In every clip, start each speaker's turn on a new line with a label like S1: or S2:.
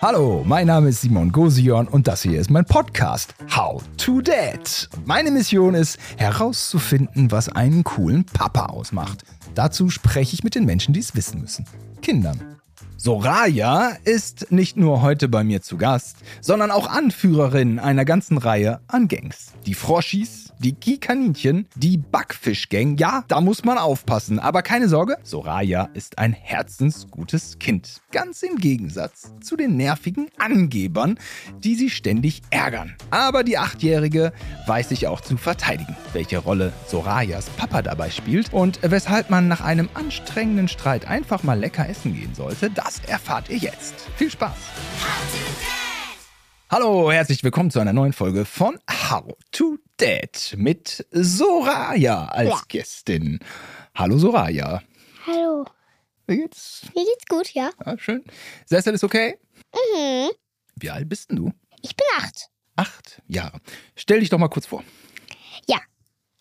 S1: Hallo, mein Name ist Simon Gosion und das hier ist mein Podcast How to Dad. Meine Mission ist herauszufinden, was einen coolen Papa ausmacht. Dazu spreche ich mit den Menschen, die es wissen müssen. Kindern. Soraya ist nicht nur heute bei mir zu Gast, sondern auch Anführerin einer ganzen Reihe an Gangs. Die Froschis, die Kikaninchen, die Backfischgang. Ja, da muss man aufpassen, aber keine Sorge, Soraya ist ein herzensgutes Kind. Ganz im Gegensatz zu den nervigen Angebern, die sie ständig ärgern. Aber die Achtjährige weiß sich auch zu verteidigen, welche Rolle Sorayas Papa dabei spielt und weshalb man nach einem anstrengenden Streit einfach mal lecker essen gehen sollte, das erfahrt ihr jetzt. Viel Spaß! Hallo, herzlich willkommen zu einer neuen Folge von How to Dad mit Soraya als
S2: Ja.
S1: Gästin. Hallo Soraya.
S2: Hallo.
S1: Wie geht's?
S2: Mir geht's gut, ja?
S1: Ah, schön. Sessel ist okay?
S2: Mhm.
S1: Wie alt bist denn du?
S2: Ich bin acht.
S1: Acht Jahre. Stell dich doch mal kurz vor.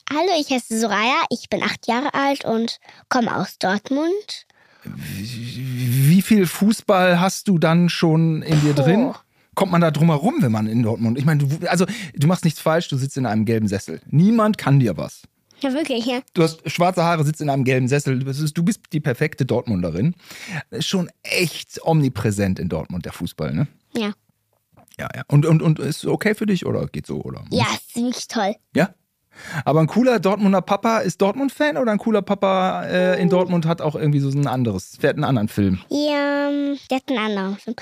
S2: Hallo, ich heiße Soraya, ich bin acht Jahre alt und komme aus Dortmund.
S1: Wie viel Fußball hast du dann schon in dir drin?
S2: Puh.
S1: Kommt man da drum herum, wenn man in Dortmund? Ich meine, du, also du machst nichts falsch, du sitzt in einem gelben Sessel. Niemand kann dir was.
S2: Ja, wirklich, ja.
S1: Du hast schwarze Haare, sitzt in einem gelben Sessel. Du bist, du bist die perfekte Dortmunderin. Ist Schon echt omnipräsent in Dortmund, der Fußball, ne?
S2: Ja.
S1: Ja, ja. Und, und, und ist okay für dich oder geht so, oder?
S2: Ja, ist wirklich toll.
S1: Ja? Aber ein cooler Dortmunder Papa ist Dortmund-Fan oder ein cooler Papa äh, in Dortmund hat auch irgendwie so ein anderes, fährt einen anderen Film?
S2: Ja, ähm, der hat einen anderen Film.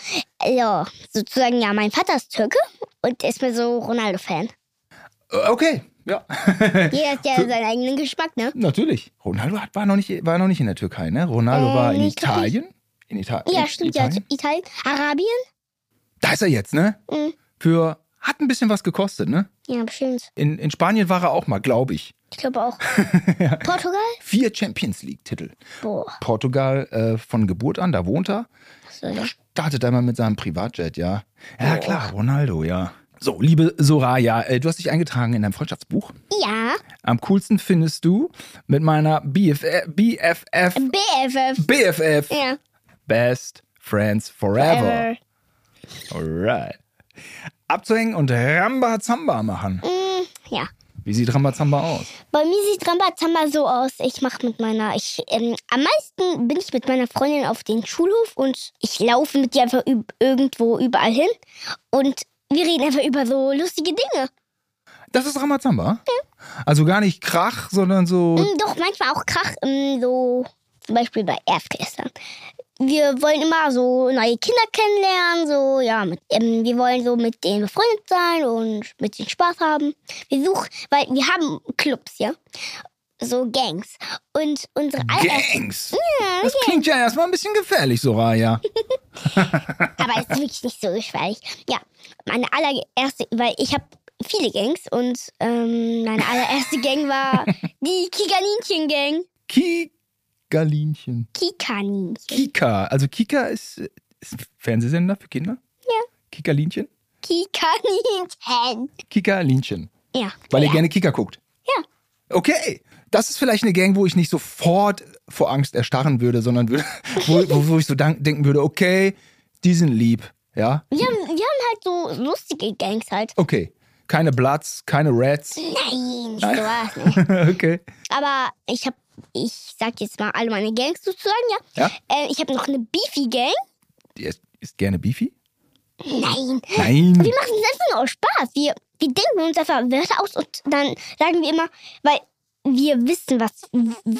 S2: Ja, sozusagen, ja, mein Vater ist Türke und ist mir so Ronaldo-Fan.
S1: Äh, Okay, ja.
S2: Jeder hat ja seinen eigenen Geschmack, ne?
S1: Natürlich. Ronaldo hat, war, noch nicht, war noch nicht in der Türkei, ne? Ronaldo
S2: Äh,
S1: war in
S2: nicht
S1: Italien. In Ita
S2: Ja,
S1: in
S2: stimmt, ja.
S1: Italien.
S2: Italien, Arabien?
S1: Da ist er jetzt, ne?
S2: Mhm.
S1: Für, hat ein bisschen was gekostet, ne?
S2: Ja, bestimmt.
S1: In, in Spanien war er auch mal, glaube ich.
S2: Ich glaube auch. Portugal?
S1: Vier Champions League-Titel.
S2: Boah,
S1: Portugal äh, von Geburt an, da wohnt er.
S2: so, ja.
S1: Startet einmal mit seinem Privatjet, ja. Ja, klar, Ronaldo, ja. So, liebe Soraya, äh, du hast dich eingetragen in dein Freundschaftsbuch.
S2: Ja,
S1: Am coolsten findest du mit meiner BF, äh, BFF,
S2: BFF.
S1: BFF,
S2: Ja.
S1: Best Friends Forever.
S2: Ever.
S1: Alright. Abzuhängen und Rambazamba machen.
S2: Mm, ja.
S1: Wie sieht Rambazamba aus?
S2: Bei mir sieht Rambazamba so aus. Ich mache mit meiner, ich ähm, am meisten bin ich mit meiner Freundin auf den Schulhof und ich laufe mit ihr einfach üb irgendwo überall hin und wir reden einfach über so lustige Dinge.
S1: Das ist Rambazamba? Also gar nicht Krach, sondern so.
S2: Mm, Doch manchmal auch Krach, ähm, so zum Beispiel bei Erfklässlern. Wir wollen immer so neue Kinder kennenlernen, so ja, mit, ähm, wir wollen so mit denen befreundet sein und mit denen Spaß haben. Wir suchen, weil wir haben Clubs, ja, so Gangs und unsere allererste
S1: Gangs! Das klingt ja erstmal ein bisschen gefährlich, Soraya.
S2: Aber es ist wirklich nicht so gefährlich. Ja, meine allererste, weil ich habe viele Gangs und ähm, meine allererste Gang war die Kikaninchen-Gang.
S1: Kikalinchen.
S2: Kikaninchen.
S1: Kika. Also Kika ist, ist ein Fernsehsender für Kinder? Ja. Kikalinchen?
S2: Kikaninchen.
S1: Kikalinchen.
S2: Ja.
S1: Weil ihr
S2: ja.
S1: gerne Kika guckt.
S2: Ja.
S1: Okay. Das ist vielleicht eine Gang, wo ich nicht sofort vor Angst erstarren würde, sondern würde, wo, wo, wo ich so dank, denken würde, okay, die sind lieb. Ja?
S2: Wir, haben, wir haben halt so lustige Gangs halt.
S1: Okay. Keine Bloods, keine Reds.
S2: Nein, nicht sowas. ne.
S1: okay.
S2: Aber ich habe, ich sag jetzt mal alle meine Gangs sozusagen, ja.
S1: Ja.
S2: Äh, ich habe noch eine Beefy-Gang.
S1: Die ist, ist gerne Beefy?
S2: Nein.
S1: Nein.
S2: Wir machen es einfach nur aus Spaß. Wir, wir denken uns einfach Wörter aus und dann sagen wir immer, weil wir wissen, was.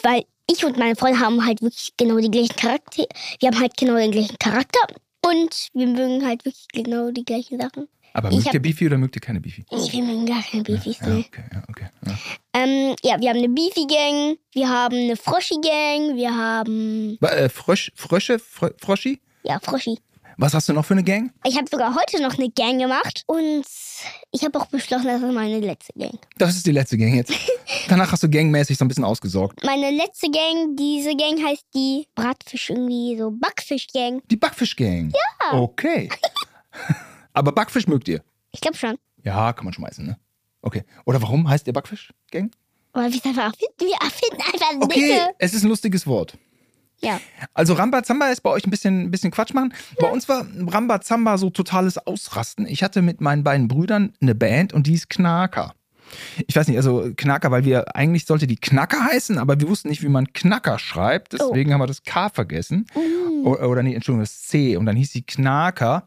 S2: Weil ich und meine Freunde haben halt wirklich genau den gleichen Charakter. Wir haben halt genau den gleichen Charakter. Und wir mögen halt wirklich genau die gleichen Sachen.
S1: Aber
S2: Ich
S1: mögt
S2: hab-
S1: ihr Beefy oder mögt ihr keine Beefy?
S2: Nee, wir mögen gar keine Beefies,
S1: Ja,
S2: ne?
S1: okay, ja, okay. Ja.
S2: Ähm, ja, wir haben eine Beefy-Gang, wir haben eine Froschi-Gang, wir haben.
S1: Wa- Äh, Frösch, Frösche, Frö, Froschi?
S2: Ja, Froschi.
S1: Was hast du noch für eine Gang?
S2: Ich habe sogar heute noch eine Gang gemacht und ich habe auch beschlossen, das ist meine letzte Gang.
S1: Das ist die letzte Gang jetzt. Danach hast du gangmäßig so ein bisschen ausgesorgt.
S2: meine letzte Gang, diese Gang heißt die Bratfisch irgendwie, so Backfisch-Gang.
S1: Die Backfisch-Gang. Ja. Okay. Aber Backfisch mögt ihr?
S2: Ich glaube schon.
S1: Ja, kann man schmeißen, ne? Okay. Oder warum heißt ihr Backfisch-Gang?
S2: Aber wir sind einfach erfinden, wir erfinden einfach
S1: Okay,
S2: Dinge.
S1: es ist ein lustiges Wort.
S2: Ja.
S1: Also Rambazamba ist bei euch ein bisschen, ein bisschen Quatsch machen. Bei uns war Rambazamba so totales Ausrasten. Ich hatte mit meinen beiden Brüdern eine Band und die ist Knacker. Ich weiß nicht, also Knacker, weil wir eigentlich sollte die Knacker heißen, aber wir wussten nicht, wie man Knacker schreibt. Deswegen haben wir das K vergessen. O- Oder nee, Entschuldigung, das C. Und dann hieß sie Knacker.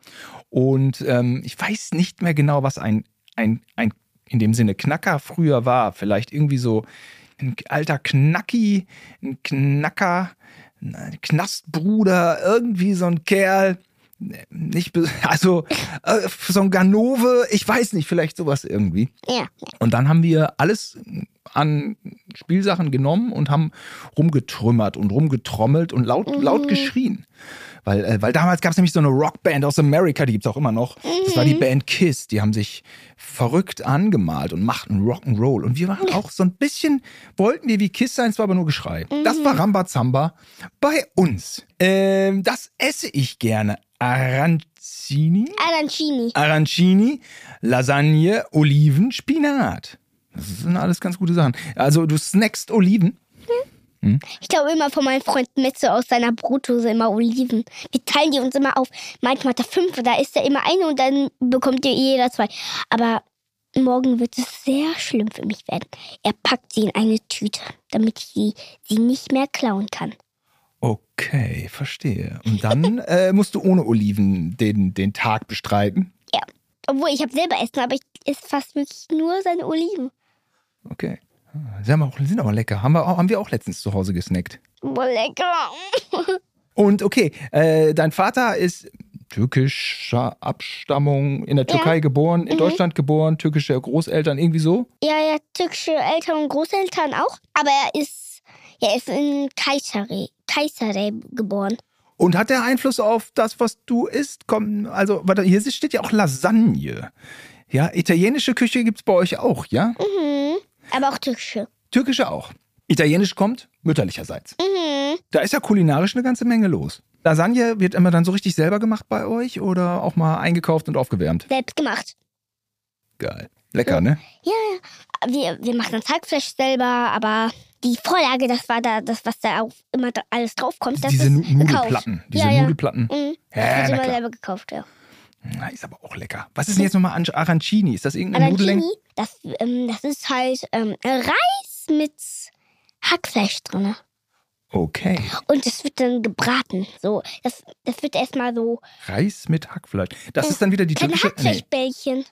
S1: Und ähm, ich weiß nicht mehr genau, was ein, ein, ein in dem Sinne Knacker früher war. Vielleicht irgendwie so ein alter Knacki, ein Knacker, ein Knastbruder, irgendwie so ein Kerl. Nicht, be- also äh, so ein Ganove, ich weiß nicht, vielleicht sowas irgendwie.
S2: Ja.
S1: Und dann haben wir alles an Spielsachen genommen und haben rumgetrümmert und rumgetrommelt und laut, laut geschrien. Weil, äh, weil damals gab es nämlich so eine Rockband aus Amerika, die gibt es auch immer noch. Das war die Band Kiss. Die haben sich verrückt angemalt und machten Rock'n'Roll. Und wir waren auch so ein bisschen, wollten wir wie Kiss sein, es war aber nur Geschrei. Das war Rambazamba bei uns. Ähm, das esse ich gerne. Arancini?
S2: Arancini.
S1: Arancini, Lasagne, Oliven, Spinat. Das sind alles ganz gute Sachen. Also du snackst Oliven.
S2: Ich glaube immer von meinem Freund Metze aus seiner Brotdose immer Oliven. Wir teilen die uns immer auf. Manchmal hat er fünf, da ist er immer eine und dann bekommt ihr jeder zwei. Aber morgen wird es sehr schlimm für mich werden. Er packt sie in eine Tüte, damit ich sie nicht mehr klauen kann.
S1: Okay, verstehe. Und dann äh, musst du ohne Oliven den, den Tag bestreiten.
S2: Ja. Obwohl, ich habe selber Essen, aber ich esse fast wirklich nur seine Oliven.
S1: Okay. Ah, Sie haben auch, sind aber lecker. Haben wir, auch, haben wir auch letztens zu Hause gesnackt.
S2: Boah, lecker.
S1: Und okay, äh, dein Vater ist türkischer Abstammung, in der
S2: Ja.
S1: Türkei geboren, in Deutschland geboren, türkische Großeltern, irgendwie so.
S2: Ja, ja, türkische Eltern und Großeltern auch. Aber er ist, ja, er ist in Kayseri, Kayseri geboren.
S1: Und hat der Einfluss auf das, was du isst? Komm, also, warte, hier steht ja auch Lasagne. Ja, italienische Küche gibt es bei euch auch, ja?
S2: Mhm. Aber auch türkische.
S1: Türkische auch. Italienisch kommt mütterlicherseits.
S2: Mhm.
S1: Da ist ja kulinarisch eine ganze Menge los. Lasagne wird immer dann so richtig selber gemacht bei euch oder auch mal eingekauft und aufgewärmt?
S2: Selbst gemacht.
S1: Geil. Lecker, ne?
S2: Ja, ja. Wir, wir machen das Hackfleisch selber, aber die Vorlage, das war da, das, was da auch immer dra- alles draufkommt, das
S1: Diese
S2: ist
S1: Nu-
S2: gekauft.
S1: Nudelplatten. Diese
S2: ja, Mhm. ja.
S1: Nudelplatten.
S2: Mhm.
S1: Ja,
S2: das
S1: na
S2: wird immer
S1: klar.
S2: selber gekauft, ja.
S1: Na, ist aber auch lecker. Was ist denn jetzt nochmal An- Arancini? Ist das irgendein Nudellenk?
S2: Arancini, das, ähm, das ist halt ähm, Reis mit Hackfleisch drin.
S1: Okay.
S2: Und das wird dann gebraten. So, das, das wird erstmal so
S1: Reis mit Hackfleisch. Das ist dann wieder die
S2: kleine
S1: türkische. nee.
S2: Hackfleischbällchen.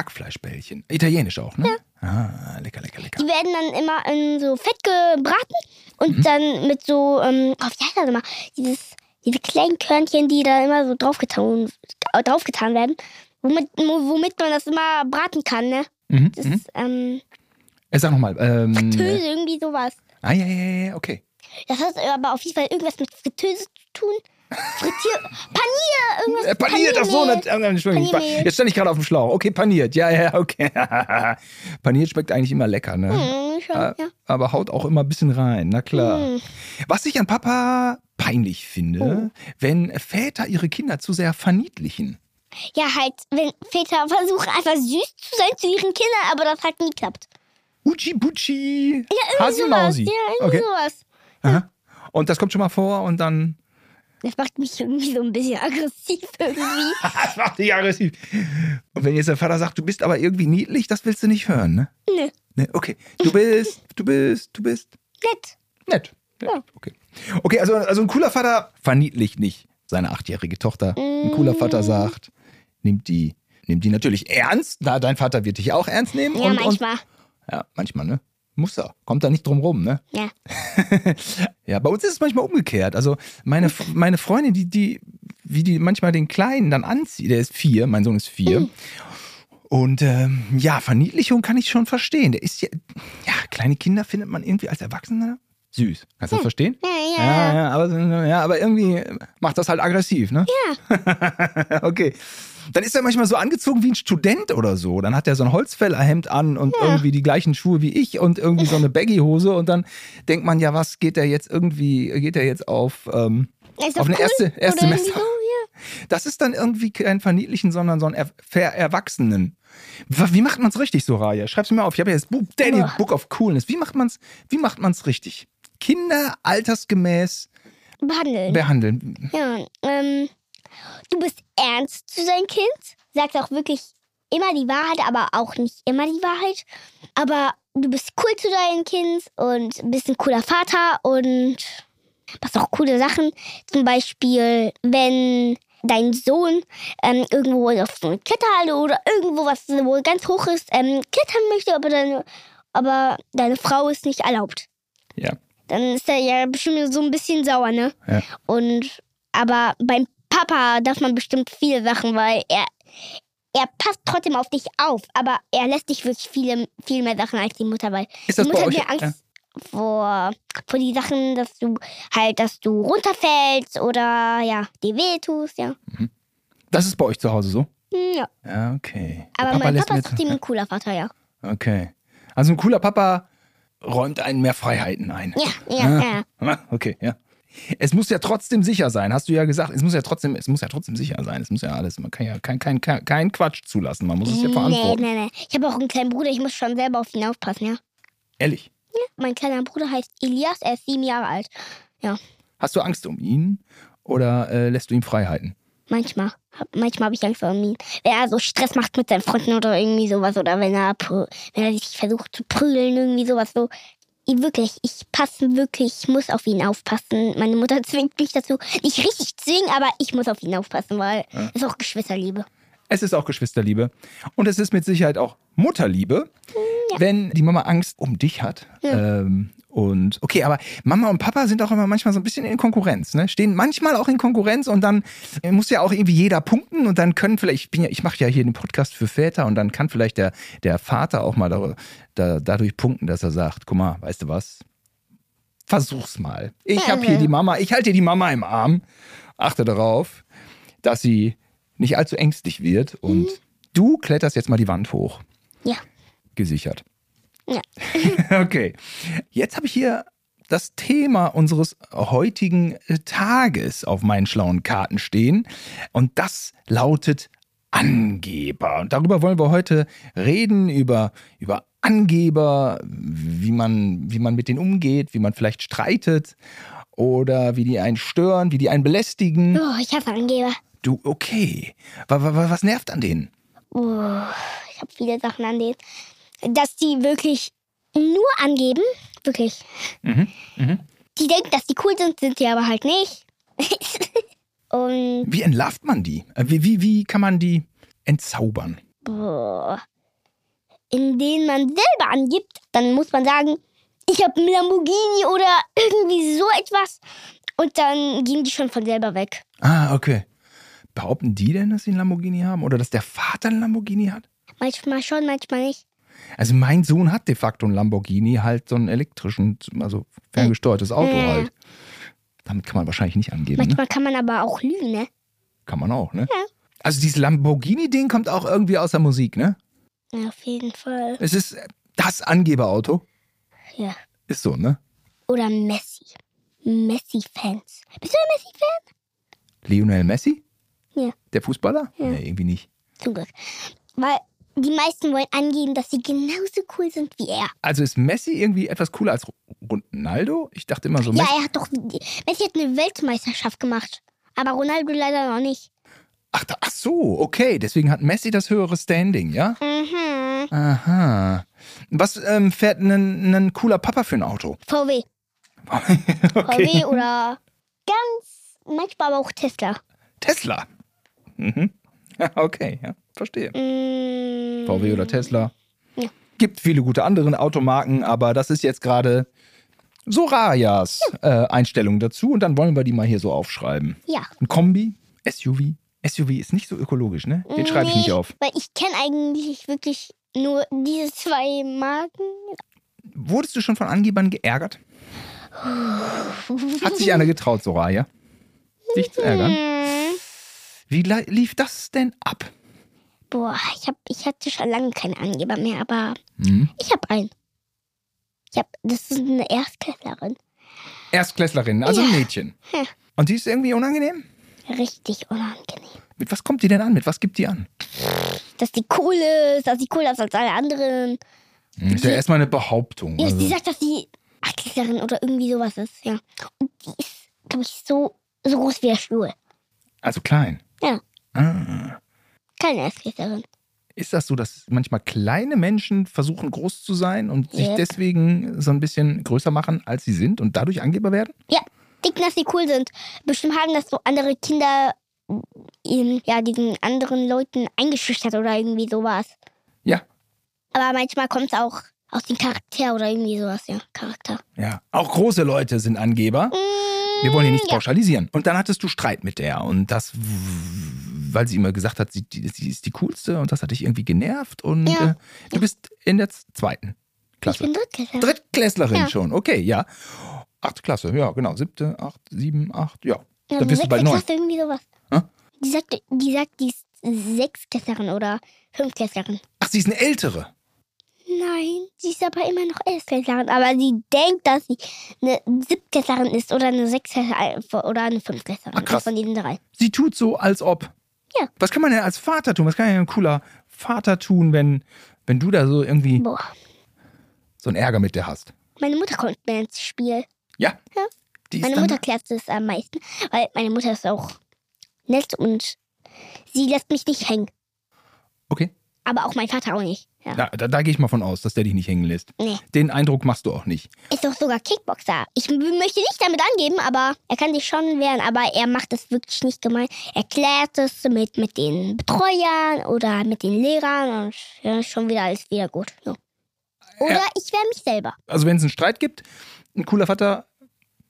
S1: Hackfleischbällchen. Italienisch auch, ne? Ah, lecker, lecker, lecker.
S2: Die werden dann immer in so Fett gebraten und
S1: Mhm.
S2: dann mit so, ähm, oh, wie heißt das immer? Dieses, diese kleinen Körnchen, die da immer so draufgetan, äh, draufgetan werden, womit, womit man das immer braten kann, ne?
S1: Mhm.
S2: Das
S1: mhm.
S2: ist, ähm,
S1: Äh, Sag nochmal. Ähm,
S2: Töse, irgendwie sowas.
S1: ah, ja, ja, ja, ja, okay.
S2: Das hat aber auf jeden Fall irgendwas mit Fritteuse zu tun. Frittier, Panier, irgendwas.
S1: Äh, paniert, ach so, nat- äh, Entschuldigung.
S2: Paniermehl.
S1: Jetzt stand ich gerade auf dem Schlauch. Okay, paniert. Ja, ja, okay. paniert schmeckt eigentlich immer lecker, ne?
S2: Hm, schon,
S1: Ah,
S2: ja.
S1: Aber haut auch immer ein bisschen rein, na klar.
S2: Hm.
S1: Was ich an Papa peinlich finde,
S2: Oh.
S1: wenn Väter ihre Kinder zu sehr verniedlichen.
S2: ja, halt, wenn Väter versuchen, einfach süß zu sein zu ihren Kindern, aber das hat nie klappt.
S1: Uchi Butschi,
S2: Ja, irgendwie
S1: Hasi
S2: sowas.
S1: Mausi.
S2: Ja, irgendwie
S1: okay.
S2: sowas.
S1: Aha. Und das kommt schon mal vor und dann
S2: Das macht mich irgendwie so ein bisschen aggressiv irgendwie.
S1: Das macht dich aggressiv. Und wenn jetzt der Vater sagt, du bist aber irgendwie niedlich, das willst du nicht hören, ne?
S2: Nö,
S1: Ne, okay. Du bist, du bist, du bist
S2: nett.
S1: nett. nett.
S2: Ja.
S1: Okay. Okay, also, also ein cooler Vater verniedlicht nicht seine achtjährige Tochter. Ein cooler
S2: Mm.
S1: Vater sagt, nimmt die, nimmt die natürlich ernst. Na, dein Vater wird dich auch ernst nehmen.
S2: Ja,
S1: und,
S2: manchmal.
S1: Und, ja, manchmal, ne? Muss er. Kommt da nicht drum rum, ne?
S2: Ja.
S1: Ja, bei uns ist es manchmal umgekehrt. Also meine, meine Freundin, die, die, wie die manchmal den Kleinen dann anzieht, der ist vier, mein Sohn ist vier.
S2: Hm.
S1: Und ähm, ja, Verniedlichung kann ich schon verstehen. Der ist ja, ja, kleine Kinder findet man irgendwie als Erwachsener süß. Kannst du das verstehen?
S2: Hm. Ja, ja,
S1: Ja, ja, aber, ja, aber irgendwie macht das halt aggressiv, ne? Ja. okay. Dann ist er manchmal so angezogen wie ein Student oder so. Dann hat er so ein Holzfällerhemd an und irgendwie die gleichen Schuhe wie ich und irgendwie so eine Baggy-Hose. Und dann denkt man, ja, was geht der jetzt irgendwie, geht der jetzt auf, ähm,
S2: Ist
S1: auf
S2: doch
S1: eine
S2: cool.
S1: erste,
S2: Oder
S1: erste
S2: irgendwie
S1: Messer.
S2: So, ja.
S1: Das ist dann irgendwie kein Verniedlichen, sondern so ein er Ver Erwachsenen. W- Wie macht man's richtig, Soraya? Schreib's mir auf. Ich habe ja das Buch, Daddy
S2: Boah.
S1: Book of Coolness. Wie macht man's? wie macht man's richtig? Kinder altersgemäß
S2: behandeln.
S1: behandeln.
S2: ja, ähm, du bist ernst zu deinem Kind, sagst auch wirklich immer die Wahrheit, aber auch nicht immer die Wahrheit. Aber du bist cool zu deinem Kind und bist ein cooler Vater und machst auch coole Sachen. Zum Beispiel, wenn dein Sohn ähm, irgendwo auf so eine Kletterhalle oder irgendwo was, wo ganz hoch ist, ähm, klettern möchte, aber deine, aber deine Frau ist nicht erlaubt.
S1: Ja.
S2: Dann ist er ja bestimmt so ein bisschen sauer, ne?
S1: Ja.
S2: Und aber beim Papa darf man bestimmt viele Sachen, weil er er passt trotzdem auf dich auf, aber er lässt dich wirklich viele, viel mehr Sachen als die Mutter, weil
S1: Ist das
S2: die Mutter
S1: bei euch?
S2: hat mir
S1: Ja.
S2: Angst vor, vor die Sachen, dass du halt, dass du runterfällst oder ja, dir weh tust, ja.
S1: Das ist bei euch zu Hause so?
S2: Hm, ja.
S1: Ja, okay. Der
S2: Aber mein
S1: lässt
S2: Papa
S1: mir
S2: ist
S1: jetzt-
S2: trotzdem ein cooler Vater, ja.
S1: Okay. Also ein cooler Papa räumt einen mehr Freiheiten ein.
S2: Ja, ja, ja.
S1: Ah, Okay, ja. Es muss ja trotzdem sicher sein, hast du ja gesagt. Es muss ja trotzdem, es muss ja trotzdem sicher sein. Es muss ja alles, man kann ja keinen kein, kein, kein Quatsch zulassen. Man muss es ja
S2: nee,
S1: verantworten.
S2: nee, nee. Ich habe auch einen kleinen Bruder, ich muss schon selber auf ihn aufpassen, ja.
S1: Ehrlich.
S2: Mein kleiner Bruder heißt Elias, er ist sieben Jahre alt. Ja,
S1: Hast du Angst um ihn oder äh, lässt du ihm Freiheiten?
S2: manchmal. Hab- Manchmal habe ich Angst vor ihm. Wenn er so Stress macht mit seinen Freunden oder irgendwie sowas oder wenn er, prü- wenn er sich versucht zu prügeln, irgendwie sowas so. Ich wirklich, ich passe wirklich, ich muss auf ihn aufpassen. Meine Mutter zwingt mich dazu. Nicht richtig zwingen, aber ich muss auf ihn aufpassen, weil es ist auch Geschwisterliebe.
S1: Es ist auch Geschwisterliebe und es ist mit Sicherheit auch Mutterliebe, wenn die Mama Angst um dich hat. Ähm, und okay, aber Mama und Papa sind auch immer manchmal so ein bisschen in Konkurrenz, ne? Stehen manchmal auch in Konkurrenz und dann äh, muss ja auch irgendwie jeder punkten und dann können vielleicht, ich bin ja, ich mache ja hier den Podcast für Väter und dann kann vielleicht der, der Vater auch mal da, da, dadurch punkten, dass er sagt, guck mal, weißt du was? Versuch's mal. Ich habe hier die Mama, ich halte die Mama im Arm. Achte darauf, dass sie nicht allzu ängstlich wird und du kletterst jetzt mal die Wand hoch.
S2: Ja.
S1: Gesichert.
S2: Ja.
S1: okay. Jetzt habe ich hier das Thema unseres heutigen äh, Tages auf meinen schlauen Karten stehen. Und das lautet Angeber. Und darüber wollen wir heute reden, über, über Angeber, wie man, wie man mit denen umgeht, wie man vielleicht streitet oder wie die einen stören, wie die einen belästigen.
S2: Oh, ich hasse Angeber.
S1: Du, okay. Wa- wa- wa- Was nervt an denen?
S2: Oh, ich habe viele Sachen an denen. Dass die wirklich nur angeben, wirklich. Die denken, dass die cool sind, sind sie aber halt nicht. Und
S1: Wie entlarvt man die? Äh, Wie, wie, wie kann man die entzaubern?
S2: boah, in denen man selber angibt, dann muss man sagen, ich habe einen Lamborghini oder irgendwie so etwas. Und dann gehen die schon von selber weg.
S1: Ah, okay. Behaupten die denn, dass sie einen Lamborghini haben oder dass der Vater einen Lamborghini hat?
S2: Manchmal schon, manchmal nicht.
S1: Also mein Sohn hat de facto einen Lamborghini, halt so einen elektrischen, also ferngesteuertes Auto
S2: Ja.
S1: halt. Damit kann man wahrscheinlich nicht angeben, ne?
S2: Äh, Manchmal kann man aber auch lügen, ne?
S1: Kann man auch, ne? Also dieses Lamborghini-Ding kommt auch irgendwie aus der Musik, ne?
S2: Ja, auf jeden Fall.
S1: Es ist das Angeberauto.
S2: Ja.
S1: Ist so, ne?
S2: Oder Messi. Messi-Fans. Bist du ein Messi-Fan?
S1: Lionel Messi?
S2: Ja.
S1: Der Fußballer? Nee, irgendwie nicht.
S2: Zum Glück. Weil die meisten wollen angeben, dass sie genauso cool sind wie er.
S1: Also ist Messi irgendwie etwas cooler als Ronaldo? Ich dachte immer so,
S2: Ja,
S1: Messi.
S2: er hat doch. Messi hat eine Weltmeisterschaft gemacht. Aber Ronaldo leider noch nicht.
S1: Ach, da, ach so, okay. Deswegen hat Messi das höhere Standing, ja?
S2: Mhm.
S1: Aha. Was ähm, fährt ein, ein cooler Papa für ein Auto?
S2: VW. VW
S1: okay.
S2: oder ganz. Manchmal aber auch Tesla.
S1: Tesla. Mhm. Okay, ja, verstehe.
S2: Mm,
S1: VW oder Tesla.
S2: Mhm. Ja.
S1: Gibt viele gute andere Automarken, aber das ist jetzt gerade Sorayas äh, Einstellung dazu und dann wollen wir die mal hier so aufschreiben.
S2: Ja.
S1: Ein Kombi, SUV. SUV ist nicht so ökologisch, ne? Den schreibe ich nicht
S2: Nee,
S1: auf.
S2: Weil ich kenne eigentlich wirklich nur diese zwei Marken.
S1: Wurdest du schon von Angebern geärgert? Hat sich einer getraut, Soraya? Dich zu ärgern?
S2: Mm.
S1: Wie la- lief das denn ab?
S2: Boah, ich, hab, ich hatte schon lange keinen Angeber mehr, aber
S1: Hm?
S2: ich habe einen. Ich hab, das ist eine Erstklässlerin.
S1: Erstklässlerin, also ein Mädchen.
S2: Ja.
S1: Und die ist irgendwie unangenehm?
S2: Richtig unangenehm.
S1: Mit was kommt die denn an? Mit was gibt die an?
S2: Dass die cool ist, dass sie cooler ist als alle anderen.
S1: Hm, Ist ja erstmal eine Behauptung.
S2: Ja,
S1: also.
S2: sie sagt, dass sie Achtklässlerin oder irgendwie sowas ist, ja. Und die ist glaube ich, so, so groß wie der Stuhl.
S1: Also klein.
S2: Ja.
S1: Ah.
S2: Keine Erstklässlerin.
S1: Ist das so, dass manchmal kleine Menschen versuchen, groß zu sein und sich
S2: Yep. deswegen
S1: deswegen so ein bisschen größer machen, als sie sind und dadurch Angeber werden?
S2: Ja, dick, dass sie cool sind. Bestimmt haben das so andere Kinder, ähm, ja, diesen anderen Leuten eingeschüchtert oder irgendwie sowas.
S1: Ja.
S2: Aber manchmal kommt es auch aus dem Charakter oder irgendwie sowas, ja, Charakter.
S1: Ja. Auch große Leute sind Angeber. Wir wollen hier
S2: Mm,
S1: nichts pauschalisieren. Und dann hattest du Streit mit der und das, weil sie immer gesagt hat, sie, die- sie ist die coolste und das hat dich irgendwie genervt und
S2: Ja.
S1: äh, du bist in der z- zweiten
S2: Ich
S1: Klasse.
S2: bin Drittklässlerin.
S1: Drittklässlerin
S2: Ja.
S1: schon, okay, ja. Achte Klasse, ja, genau. Siebte, acht, sieben, acht, ja.
S2: Ja,
S1: dann
S2: so
S1: bist du bei
S2: sechste
S1: neun.
S2: Klasse, irgendwie sowas.
S1: Hä?
S2: Die sagt, die sagt, die ist Sechstklässlerin oder Fünftklässlerin.
S1: Ach, sie ist eine ältere.
S2: Nein, sie ist aber immer noch Erstklässlerin. Aber sie denkt, dass sie eine Siebtklässlerin ist oder eine Sechstklässlerin oder eine Fünftklässlerin.
S1: Ah, krass.
S2: Von diesen drei.
S1: Sie tut so, als ob.
S2: Ja.
S1: Was kann man denn als Vater tun? Was kann denn ein cooler Vater tun, wenn, wenn du da so irgendwie
S2: Boah.
S1: so einen Ärger mit dir hast?
S2: Meine Mutter kommt mehr ins Spiel.
S1: Ja.
S2: Ja.
S1: Die ist
S2: Meine
S1: dann-
S2: Mutter klärt es am meisten, weil meine Mutter ist auch nett und sie lässt mich nicht hängen.
S1: Okay.
S2: Aber auch mein Vater auch nicht. Ja.
S1: Da, da, da gehe ich mal von aus, dass der dich nicht hängen lässt.
S2: Nee.
S1: Den Eindruck machst du auch nicht.
S2: Ist doch sogar Kickboxer. Ich m- möchte nicht damit angeben, aber er kann sich schon wehren. Aber er macht es wirklich nicht gemein. Er klärt es mit, mit den Betreuern oder mit den Lehrern und ja, schon wieder alles wieder gut. Ja. Oder
S1: Ja.
S2: ich wehre mich selber.
S1: Also wenn es einen Streit gibt, ein cooler Vater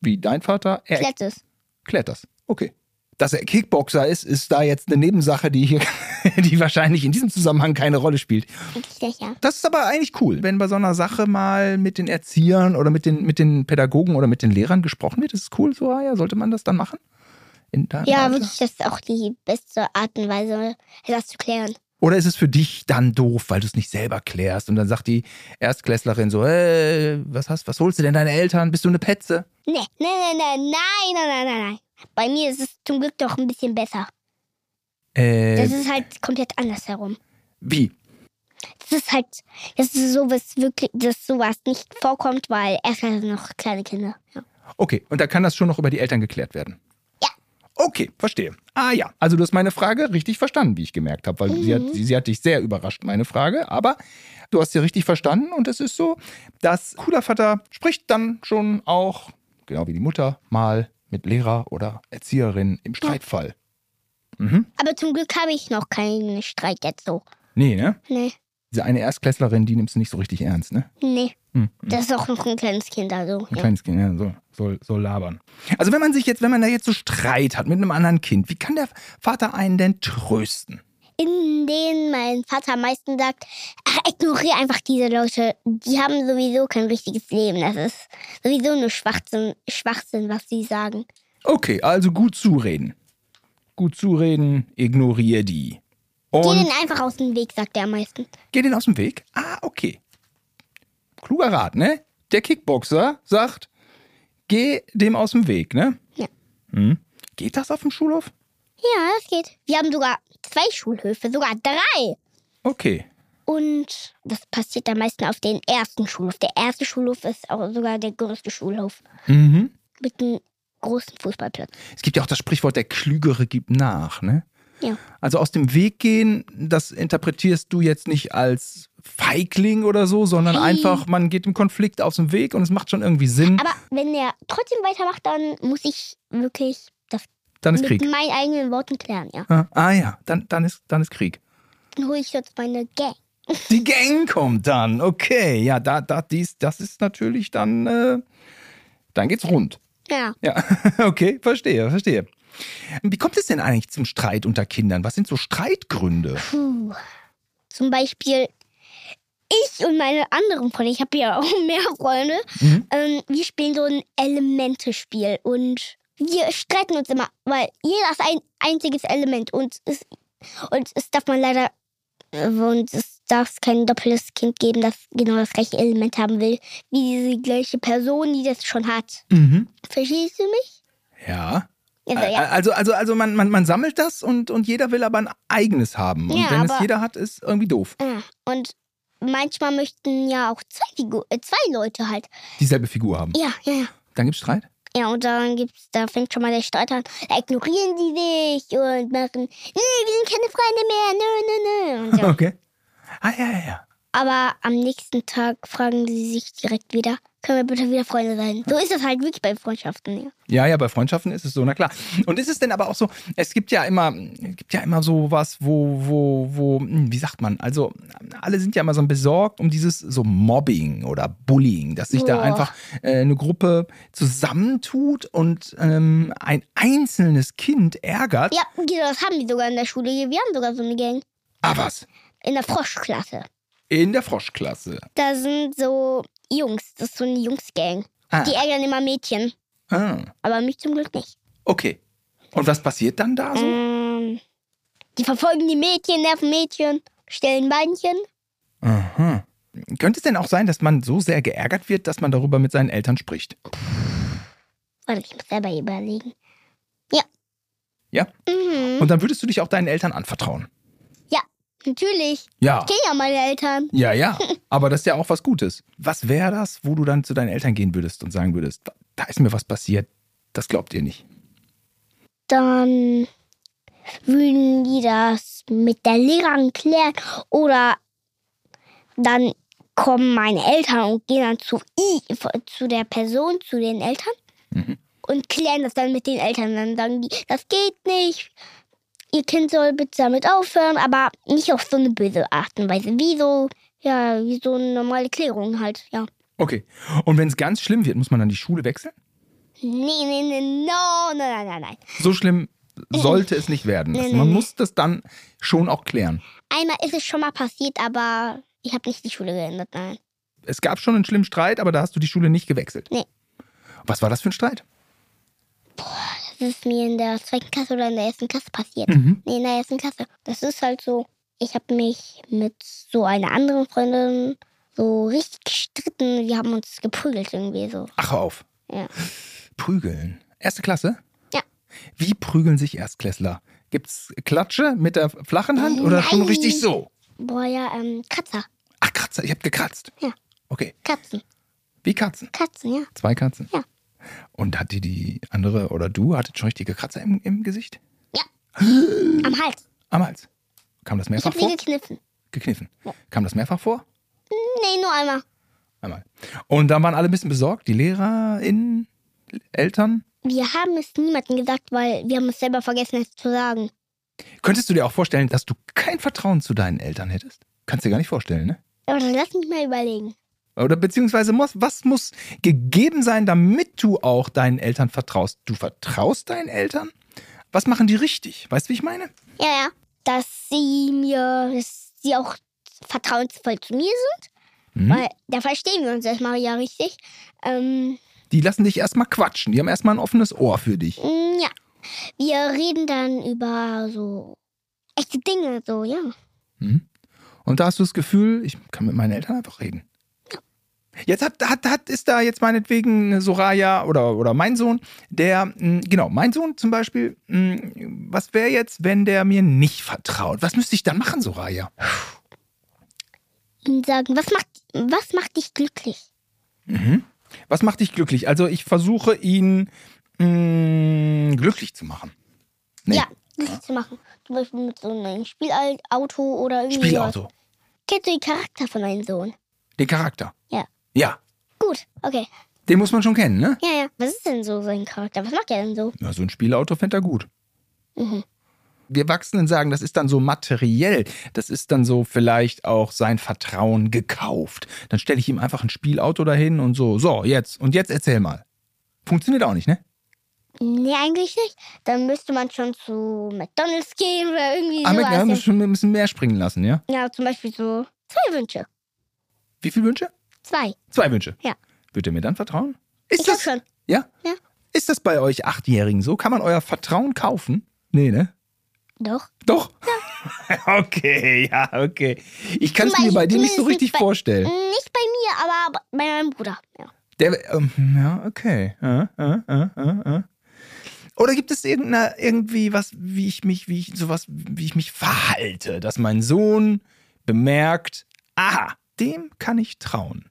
S1: wie dein Vater, er
S2: Klärt es.
S1: erklärt das. Okay. Dass er Kickboxer ist, ist da jetzt eine Nebensache, die hier, die wahrscheinlich in diesem Zusammenhang keine Rolle spielt.
S2: Eigentlich nicht, ja.
S1: Das ist aber eigentlich cool, wenn bei so einer Sache mal mit den Erziehern oder mit den, mit den Pädagogen oder mit den Lehrern gesprochen wird. Das ist cool, so, ah ja, sollte man das dann machen? In deinem
S2: Ja,
S1: Alter?
S2: wirklich, das ist auch die beste Art und Weise, das zu klären.
S1: Oder ist es für dich dann doof, weil du es nicht selber klärst und dann sagt die Erstklässlerin so, hey, was hast, was holst du denn deine Eltern? Bist du eine Petze?
S2: Nee, nee, nee, nee, nein, nein, nein, nein, nein. Bei mir ist es zum Glück doch ein bisschen besser.
S1: Äh,
S2: Das ist halt komplett andersherum.
S1: wie?
S2: Das ist halt, das ist so, was wirklich, dass sowas nicht vorkommt, weil erstmal sind noch kleine Kinder. Ja.
S1: Okay, und da kann das schon noch über die Eltern geklärt werden.
S2: Ja.
S1: Okay, verstehe. Ah ja, also du hast meine Frage richtig verstanden, wie ich gemerkt habe, weil sie, hat,
S2: Mhm.
S1: sie, sie hat dich sehr überrascht, meine Frage, aber du hast sie richtig verstanden und es ist so, dass cooler Vater spricht dann schon auch, genau wie die Mutter, mal mit Lehrer oder Erzieherin im Streitfall.
S2: Aber zum Glück habe ich noch keinen Streit jetzt so.
S1: Nee, ne?
S2: Nee,
S1: Diese eine Erstklässlerin, die nimmst du nicht so richtig ernst, ne?
S2: nee.
S1: Hm,
S2: Das ist auch noch ein kleines Kind, also.
S1: Ein
S2: Ja.
S1: kleines Kind, ja, soll, soll, soll labern. Also wenn man sich jetzt, wenn man da jetzt so Streit hat mit einem anderen Kind, wie kann der Vater einen denn trösten?
S2: In denen mein Vater am meisten sagt, ach, ignoriere einfach diese Leute. Die haben sowieso kein richtiges Leben. Das ist sowieso nur Schwachsinn, Schwachsinn was sie sagen.
S1: Okay, also gut zureden. Gut zureden, ignorier die.
S2: Geh
S1: Und
S2: denen einfach aus dem Weg, sagt er am meisten.
S1: geh den aus dem Weg. Ah, okay. Kluger Rat, ne? Der Kickboxer sagt, geh dem aus dem Weg, ne?
S2: Ja.
S1: Hm. Geht das auf dem Schulhof?
S2: Ja, das geht. Wir haben sogar zwei Schulhöfe, sogar drei.
S1: Okay.
S2: Und das passiert am meisten auf den ersten Schulhof. Der erste Schulhof ist auch sogar der größte Schulhof
S1: Mhm.
S2: mit einem großen Fußballplatz.
S1: Es gibt ja auch das Sprichwort, der Klügere gibt nach, ne?
S2: Ja.
S1: Also aus dem Weg gehen, das interpretierst du jetzt nicht als Feigling oder so, sondern
S2: Hey.
S1: einfach, man geht dem Konflikt aus dem Weg und es macht schon irgendwie Sinn.
S2: Aber wenn er trotzdem weitermacht, dann muss ich wirklich das
S1: dann ist
S2: mit
S1: Krieg.
S2: meinen eigenen Worten klären, ja.
S1: Ah, Ah ja, dann, dann, ist, dann ist Krieg.
S2: Dann hole ich jetzt meine Gang.
S1: Die Gang kommt dann, okay. Ja, da, da, dies, das ist natürlich dann, äh, dann geht's rund.
S2: Ja.
S1: Ja, okay, verstehe, verstehe. Wie kommt es denn eigentlich zum Streit unter Kindern? Was sind so Streitgründe?
S2: Puh. Zum Beispiel ich und meine anderen Freunde, ich habe ja auch mehr Freunde,
S1: Mhm.
S2: ähm, wir spielen so ein Elemente-Spiel und wir streiten uns immer, weil jeder ist ein einziges Element und es, und es darf man leider äh, und es darf kein doppeltes Kind geben, das genau das gleiche Element haben will, wie diese gleiche Person, die das schon hat.
S1: Mhm.
S2: Verstehst du mich?
S1: Ja.
S2: Also,
S1: Ä-
S2: ja.
S1: Also, also, also man, man, man sammelt das und, und jeder will aber ein eigenes haben. Und
S2: Ja,
S1: wenn es
S2: aber-
S1: jeder hat, ist irgendwie doof.
S2: Ah, Und manchmal möchten ja auch zwei, Figur äh, zwei Leute halt.
S1: Dieselbe Figur haben.
S2: Ja, ja, ja.
S1: Dann gibt's Streit.
S2: Ja, und dann gibt's, da fängt schon mal der Streit an. Da ignorieren die dich und machen, nee, wir sind keine Freunde mehr, nö, nö, nö. Und ja.
S1: Okay. Ah, ja, ja, ja.
S2: Aber am nächsten Tag fragen sie sich direkt wieder, können wir bitte wieder Freunde sein? So ist das halt wirklich bei Freundschaften. Ja.
S1: Ja, ja, bei Freundschaften ist es so, na klar. Und ist es denn aber auch so, es gibt ja immer, es gibt ja immer so was, wo, wo, wo, hm, wie sagt man, also alle sind ja immer so besorgt um dieses so Mobbing oder Bullying, dass sich da
S2: Boah.
S1: einfach äh, eine Gruppe zusammentut und ähm, ein einzelnes Kind ärgert.
S2: ja, genau, das haben die sogar in der Schule hier. Wir haben sogar so eine Gang.
S1: Ah, was?
S2: In der Froschklasse.
S1: In der Froschklasse.
S2: Da sind so Jungs, das ist so eine Jungsgang.
S1: Ah.
S2: Die ärgern immer Mädchen,
S1: Ah,
S2: aber mich zum Glück nicht.
S1: okay. Und was passiert dann da so?
S2: Ähm, die verfolgen die Mädchen, nerven Mädchen, stellen Beinchen.
S1: Aha. Könnte es denn auch sein, dass man so sehr geärgert wird, dass man darüber mit seinen Eltern spricht?
S2: Warte, ich muss selber überlegen.
S1: Ja?
S2: Mhm.
S1: Und dann würdest du dich auch deinen Eltern anvertrauen.
S2: Natürlich.
S1: Ja.
S2: Ich kenne ja meine Eltern.
S1: Ja, ja. Aber das ist ja auch was Gutes. Was wäre das, wo du dann zu deinen Eltern gehen würdest und sagen würdest, da, da ist mir was passiert, das glaubt ihr nicht.
S2: dann würden die das mit der Lehrerin klären oder dann kommen meine Eltern und gehen dann zu, i- zu der Person, zu den Eltern
S1: Mhm.
S2: und klären das dann mit den Eltern. Dann sagen die, das geht nicht, ihr Kind soll bitte damit aufhören, aber nicht auf so eine böse Art und Weise, wie so, ja, wie so eine normale Klärung halt, ja.
S1: Okay. Und wenn es ganz schlimm wird, muss man dann die Schule wechseln?
S2: Nee, nee, nee, no, nein, nein, nein, nein.
S1: So schlimm sollte es nicht werden.
S2: Nee,
S1: Das-
S2: nee,
S1: Man
S2: nee.
S1: muss das dann schon auch klären.
S2: Einmal ist es schon mal passiert, aber ich habe nicht die Schule geändert, nein.
S1: Es gab schon einen schlimmen Streit, aber da hast du die Schule nicht gewechselt.
S2: Nee.
S1: Was war das für ein Streit?
S2: Das ist mir in der zweiten Klasse oder in der ersten Klasse passiert.
S1: Mhm.
S2: Nee, in der ersten Klasse. Das ist halt so, ich habe mich mit so einer anderen Freundin so richtig gestritten. Wir haben uns geprügelt irgendwie so.
S1: Ach, hör auf.
S2: Ja.
S1: Prügeln. Erste Klasse?
S2: Ja.
S1: Wie prügeln sich Erstklässler? Gibt's Klatsche mit der flachen Hand oder schon
S2: Nein.
S1: richtig so?
S2: Boah, ja, ähm, Kratzer.
S1: Ach, Kratzer, ich hab gekratzt.
S2: Ja.
S1: Okay,
S2: Katzen.
S1: wie Katzen.
S2: Katzen, ja.
S1: Zwei Katzen.
S2: Ja.
S1: Und hat die die andere oder du, hattet schon richtige Kratzer im, im Gesicht?
S2: Am Hals.
S1: Am Hals. Kam das
S2: Ich
S1: mehrfach
S2: habe sie
S1: vor?
S2: gekniffen.
S1: Gekniffen. Kam das mehrfach vor?
S2: Nee, nur einmal.
S1: Einmal. Und dann waren alle ein bisschen besorgt, die LehrerInnen, Eltern.
S2: Wir haben es niemandem gesagt, weil wir haben es selber vergessen, es zu sagen.
S1: Könntest du dir auch vorstellen, dass du kein Vertrauen zu deinen Eltern hättest? Kannst dir gar nicht vorstellen, ne?
S2: Aber dann lass mich mal überlegen.
S1: Oder beziehungsweise muss, was muss gegeben sein, damit du auch deinen Eltern vertraust? Du vertraust deinen Eltern? Was machen die richtig? Weißt du, wie ich meine?
S2: Ja, ja. Dass sie mir, dass sie auch vertrauensvoll zu mir sind.
S1: Mhm.
S2: Weil da verstehen wir uns erstmal ja richtig. Ähm,
S1: Die lassen dich erstmal quatschen. Die haben erstmal ein offenes Ohr für dich.
S2: mm, ja. Wir reden dann über so echte Dinge, so, ja.
S1: Und da hast du das Gefühl, ich kann mit meinen Eltern einfach reden. Jetzt hat, hat, hat, ist da jetzt meinetwegen eine Soraya oder, oder mein Sohn, der, mh, genau, mein Sohn zum Beispiel, mh, was wäre jetzt, wenn der mir nicht vertraut? Was müsste ich dann machen, Soraya?
S2: Und sagen, was macht, was macht dich glücklich?
S1: Was macht dich glücklich? Also ich versuche ihn mh, glücklich zu machen. Nee.
S2: Ja, glücklich zu machen. Zum Beispiel mit so einem Spielauto oder irgendwie.
S1: Spielauto.
S2: sowas. Kennst du den Charakter von deinem Sohn?
S1: Den Charakter.
S2: Ja.
S1: Ja.
S2: Gut, okay.
S1: Den muss man schon kennen, ne?
S2: Ja, ja. Was ist denn so sein Charakter? Was macht er denn so?
S1: Ja, so ein Spielauto fände er gut.
S2: Mhm.
S1: Wir Erwachsenen sagen, das ist dann so materiell. Das ist dann so vielleicht auch sein Vertrauen gekauft. Dann stelle ich ihm einfach ein Spielauto dahin und so, so, jetzt. Und jetzt erzähl mal. Funktioniert auch nicht, ne?
S2: Nee, eigentlich nicht. Dann müsste man schon zu McDonalds gehen oder irgendwie
S1: Ah, mit, wir
S2: sowas.
S1: haben schon ein bisschen mehr springen lassen, ja?
S2: ja. ja, zum Beispiel so zwei Wünsche.
S1: Wie viele Wünsche?
S2: Zwei.
S1: Zwei Wünsche.
S2: Ja.
S1: Wird er mir dann vertrauen? Ist
S2: ich
S1: das
S2: glaub schon.
S1: Ja?
S2: Ja.
S1: Ist das bei euch Achtjährigen so? Kann man euer Vertrauen kaufen? Nee, ne?
S2: Doch.
S1: Doch? okay, ja, okay. Ich kann es
S2: Zum
S1: mir bei dir nicht so
S2: Beispiel
S1: richtig
S2: bei-
S1: vorstellen.
S2: Nicht bei mir, aber bei meinem Bruder. Ja.
S1: Der, ähm, ja, okay. Äh, äh, äh, äh, äh. Oder gibt es irgendeine, irgendwie was, wie ich mich, wie ich sowas, wie ich mich verhalte, dass mein Sohn bemerkt, aha, dem kann ich trauen.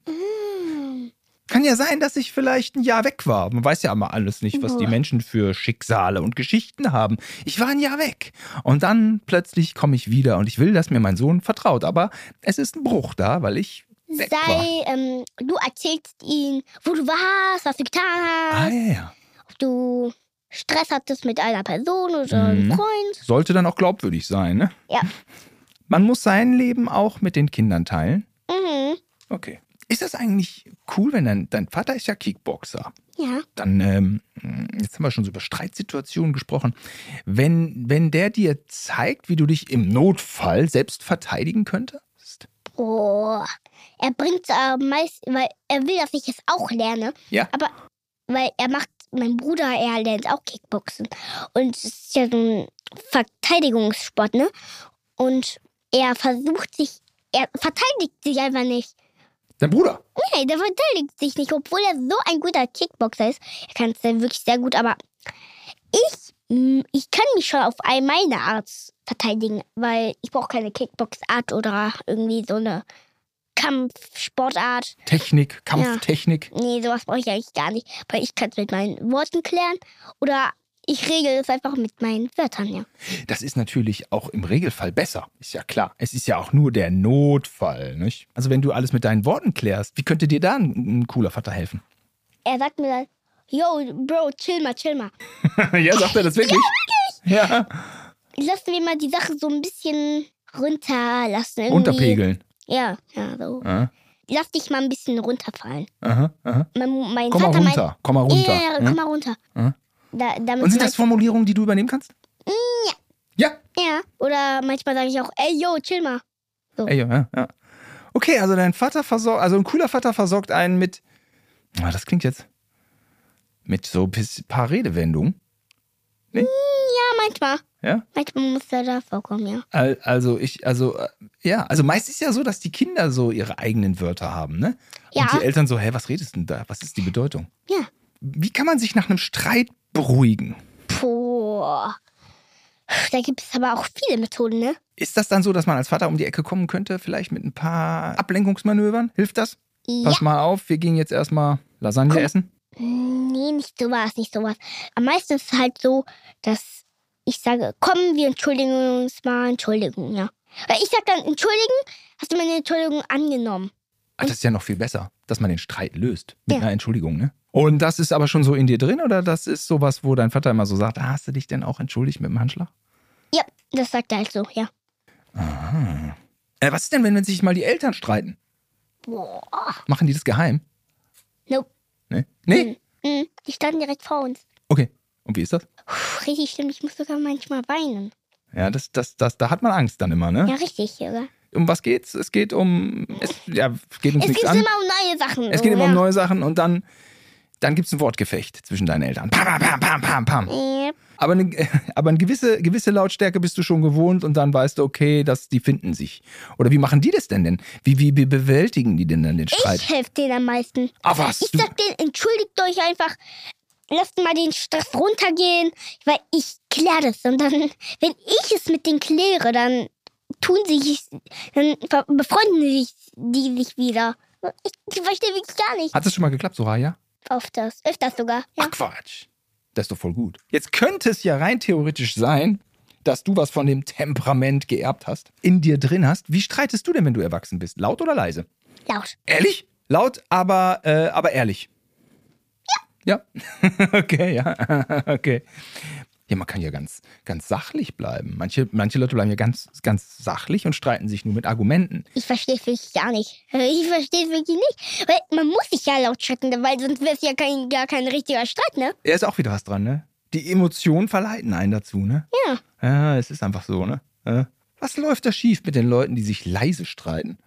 S1: Kann ja sein, dass ich vielleicht ein Jahr weg war. Man weiß ja immer alles nicht, was die Menschen für Schicksale und Geschichten haben. Ich war ein Jahr weg. Und dann plötzlich komme ich wieder und ich will, dass mir mein Sohn vertraut. Aber es ist ein Bruch da, weil ich weg war.
S2: Sei, ähm, du erzählst ihm, wo du warst, was du getan hast,
S1: Ah, ja, ja.
S2: ob du Stress hattest mit einer Person oder einem
S1: Mhm.
S2: Freund.
S1: Sollte dann auch glaubwürdig sein, ne?
S2: Ja.
S1: Man muss sein Leben auch mit den Kindern teilen.
S2: Mhm.
S1: Okay. Ist das eigentlich cool, wenn dein, dein Vater ist ja Kickboxer?
S2: Ja.
S1: Dann, ähm, jetzt haben wir schon so über Streitsituationen gesprochen. Wenn, wenn der dir zeigt, wie du dich im Notfall selbst verteidigen könntest?
S2: Boah. Oh. Er bringt äh, meist, weil er will, dass ich es auch lerne.
S1: Ja.
S2: Aber weil er macht, mein Bruder, er lernt auch Kickboxen. Und es ist ja so ein Verteidigungssport, ne? Und er versucht sich, er verteidigt sich einfach nicht.
S1: Dein Bruder?
S2: Nein, der verteidigt sich nicht, obwohl er so ein guter Kickboxer ist. Er kann es dann wirklich sehr gut, aber ich, mm, ich kann mich schon auf all meine Art verteidigen, weil ich brauche keine Kickbox-Art oder irgendwie so eine Kampfsportart.
S1: Technik, Kampftechnik.
S2: Nee, sowas brauche ich eigentlich gar nicht, weil ich kann es mit meinen Worten klären oder ich regel es einfach mit meinen Wörtern, ja.
S1: Das ist natürlich auch im Regelfall besser. Ist ja klar. Es ist ja auch nur der Notfall, nicht? Also, wenn du alles mit deinen Worten klärst, wie könnte dir da ein, ein cooler Vater helfen?
S2: Er sagt mir dann, yo, Bro, chill mal, chill mal.
S1: ja, sagt er das wirklich? Ja, wirklich. Ja.
S2: Lassen wir mal die Sache so ein bisschen runterlassen. irgendwie.
S1: Unterpegeln.
S2: Ja, ja, so.
S1: Ja.
S2: Lass dich mal ein bisschen runterfallen.
S1: Aha, aha.
S2: Mein, mein
S1: Komm mal
S2: Vater meint,
S1: runter, komm mal runter.
S2: Ja, ja,
S1: ne?
S2: komm mal runter.
S1: Ja.
S2: Da, damit
S1: Und sind das Formulierungen, die du übernehmen kannst? Ja. Ja,
S2: mein- ja. Oder manchmal sage ich auch, ey, yo, chill mal.
S1: Ey, ja, ja, ja. Okay, also dein Vater versorgt, also ein cooler Vater versorgt einen mit, ah, das klingt jetzt, mit so ein bis- paar Redewendungen.
S2: Ja, manchmal.
S1: Ja?
S2: Manchmal muss er da vorkommen, ja.
S1: Al- Also ich, also äh, ja, also meist ist ja so, dass die Kinder so ihre eigenen Wörter haben, ne?
S2: Ja.
S1: Und die Eltern so, hä, was redest du denn da? Was ist die Bedeutung?
S2: Ja.
S1: Wie kann man sich nach einem Streit beruhigen?
S2: Puh. Da gibt es aber auch viele Methoden, ne?
S1: Ist das dann so, dass man als Vater um die Ecke kommen könnte, vielleicht mit ein paar Ablenkungsmanövern? Hilft das?
S2: Ja.
S1: Pass mal auf, wir gehen jetzt erstmal Lasagne essen.
S2: Nee, nicht sowas, nicht sowas. Am meisten ist es halt so, dass ich sage, komm, wir entschuldigen uns mal, Entschuldigung, ja. Weil Ich sag dann, Entschuldigen, hast du meine Entschuldigung angenommen?
S1: Ah, das ist ja noch viel besser, dass man den Streit löst. Mit
S2: Ja.
S1: einer Entschuldigung, ne? Und das ist aber schon so in dir drin oder das ist sowas, wo dein Vater immer so sagt, ah, hast du dich denn auch entschuldigt mit dem Handschlag?
S2: Ja, das sagt er halt so, ja.
S1: Äh, was ist denn, wenn wenn sich mal die Eltern streiten?
S2: Boah.
S1: Machen die das geheim?
S2: Nope.
S1: Ne? Nee?
S2: Mhm, die standen direkt vor uns.
S1: Okay. Und wie ist das?
S2: Puh, richtig schlimm, ich muss sogar manchmal weinen.
S1: Ja, das, das, das, da hat man Angst dann immer, ne?
S2: Ja, richtig, oder?
S1: Um was geht's? Es geht um, es ja, geht uns
S2: Es
S1: nichts
S2: geht
S1: an.
S2: immer um neue Sachen.
S1: Es
S2: so,
S1: geht immer um
S2: ja.
S1: neue Sachen und dann, dann gibt es ein Wortgefecht zwischen deinen Eltern. Pam, pam, pam, pam, pam, pam.
S2: Äh,
S1: Aber eine, aber eine gewisse, gewisse Lautstärke bist du schon gewohnt und dann weißt du, okay, dass die finden sich. Oder wie machen die das denn denn? Wie, wie, wie bewältigen die denn dann den Streit?
S2: Ich helfe denen am meisten.
S1: ah, was?
S2: Ich
S1: Du,
S2: sag denen, entschuldigt euch einfach. Lasst mal den Stress runtergehen, weil ich kläre das. Und dann, wenn ich es mit denen kläre, dann tun sie sich, dann ver- befreunden sich die sich wieder. Ich, ich verstehe wirklich gar nicht.
S1: hat das schon mal geklappt, Soraya?
S2: Auf das, öfters sogar. Ja.
S1: Ach, Quatsch. Das ist doch voll gut. Jetzt könnte es ja rein theoretisch sein, dass du was von dem Temperament geerbt hast, in dir drin hast. Wie streitest du denn, wenn du erwachsen bist? Laut oder leise?
S2: Laut.
S1: Ehrlich? Laut, aber, äh, aber ehrlich. Ja. Ja. okay, ja. okay. Ja, man kann ja ganz, ganz sachlich bleiben. Manche, manche Leute bleiben ja ganz, ganz sachlich und streiten sich nur mit Argumenten.
S2: Ich verstehe es wirklich gar nicht. Ich verstehe es wirklich nicht. Weil man muss sich ja laut strecken, weil sonst wäre es ja kein, gar kein richtiger Streit, ne?
S1: Er ist auch wieder was dran, ne? Die Emotionen verleiten einen dazu, ne?
S2: Ja.
S1: Ja, es ist einfach so, ne? Ja. Was läuft da schief mit den Leuten, die sich leise streiten?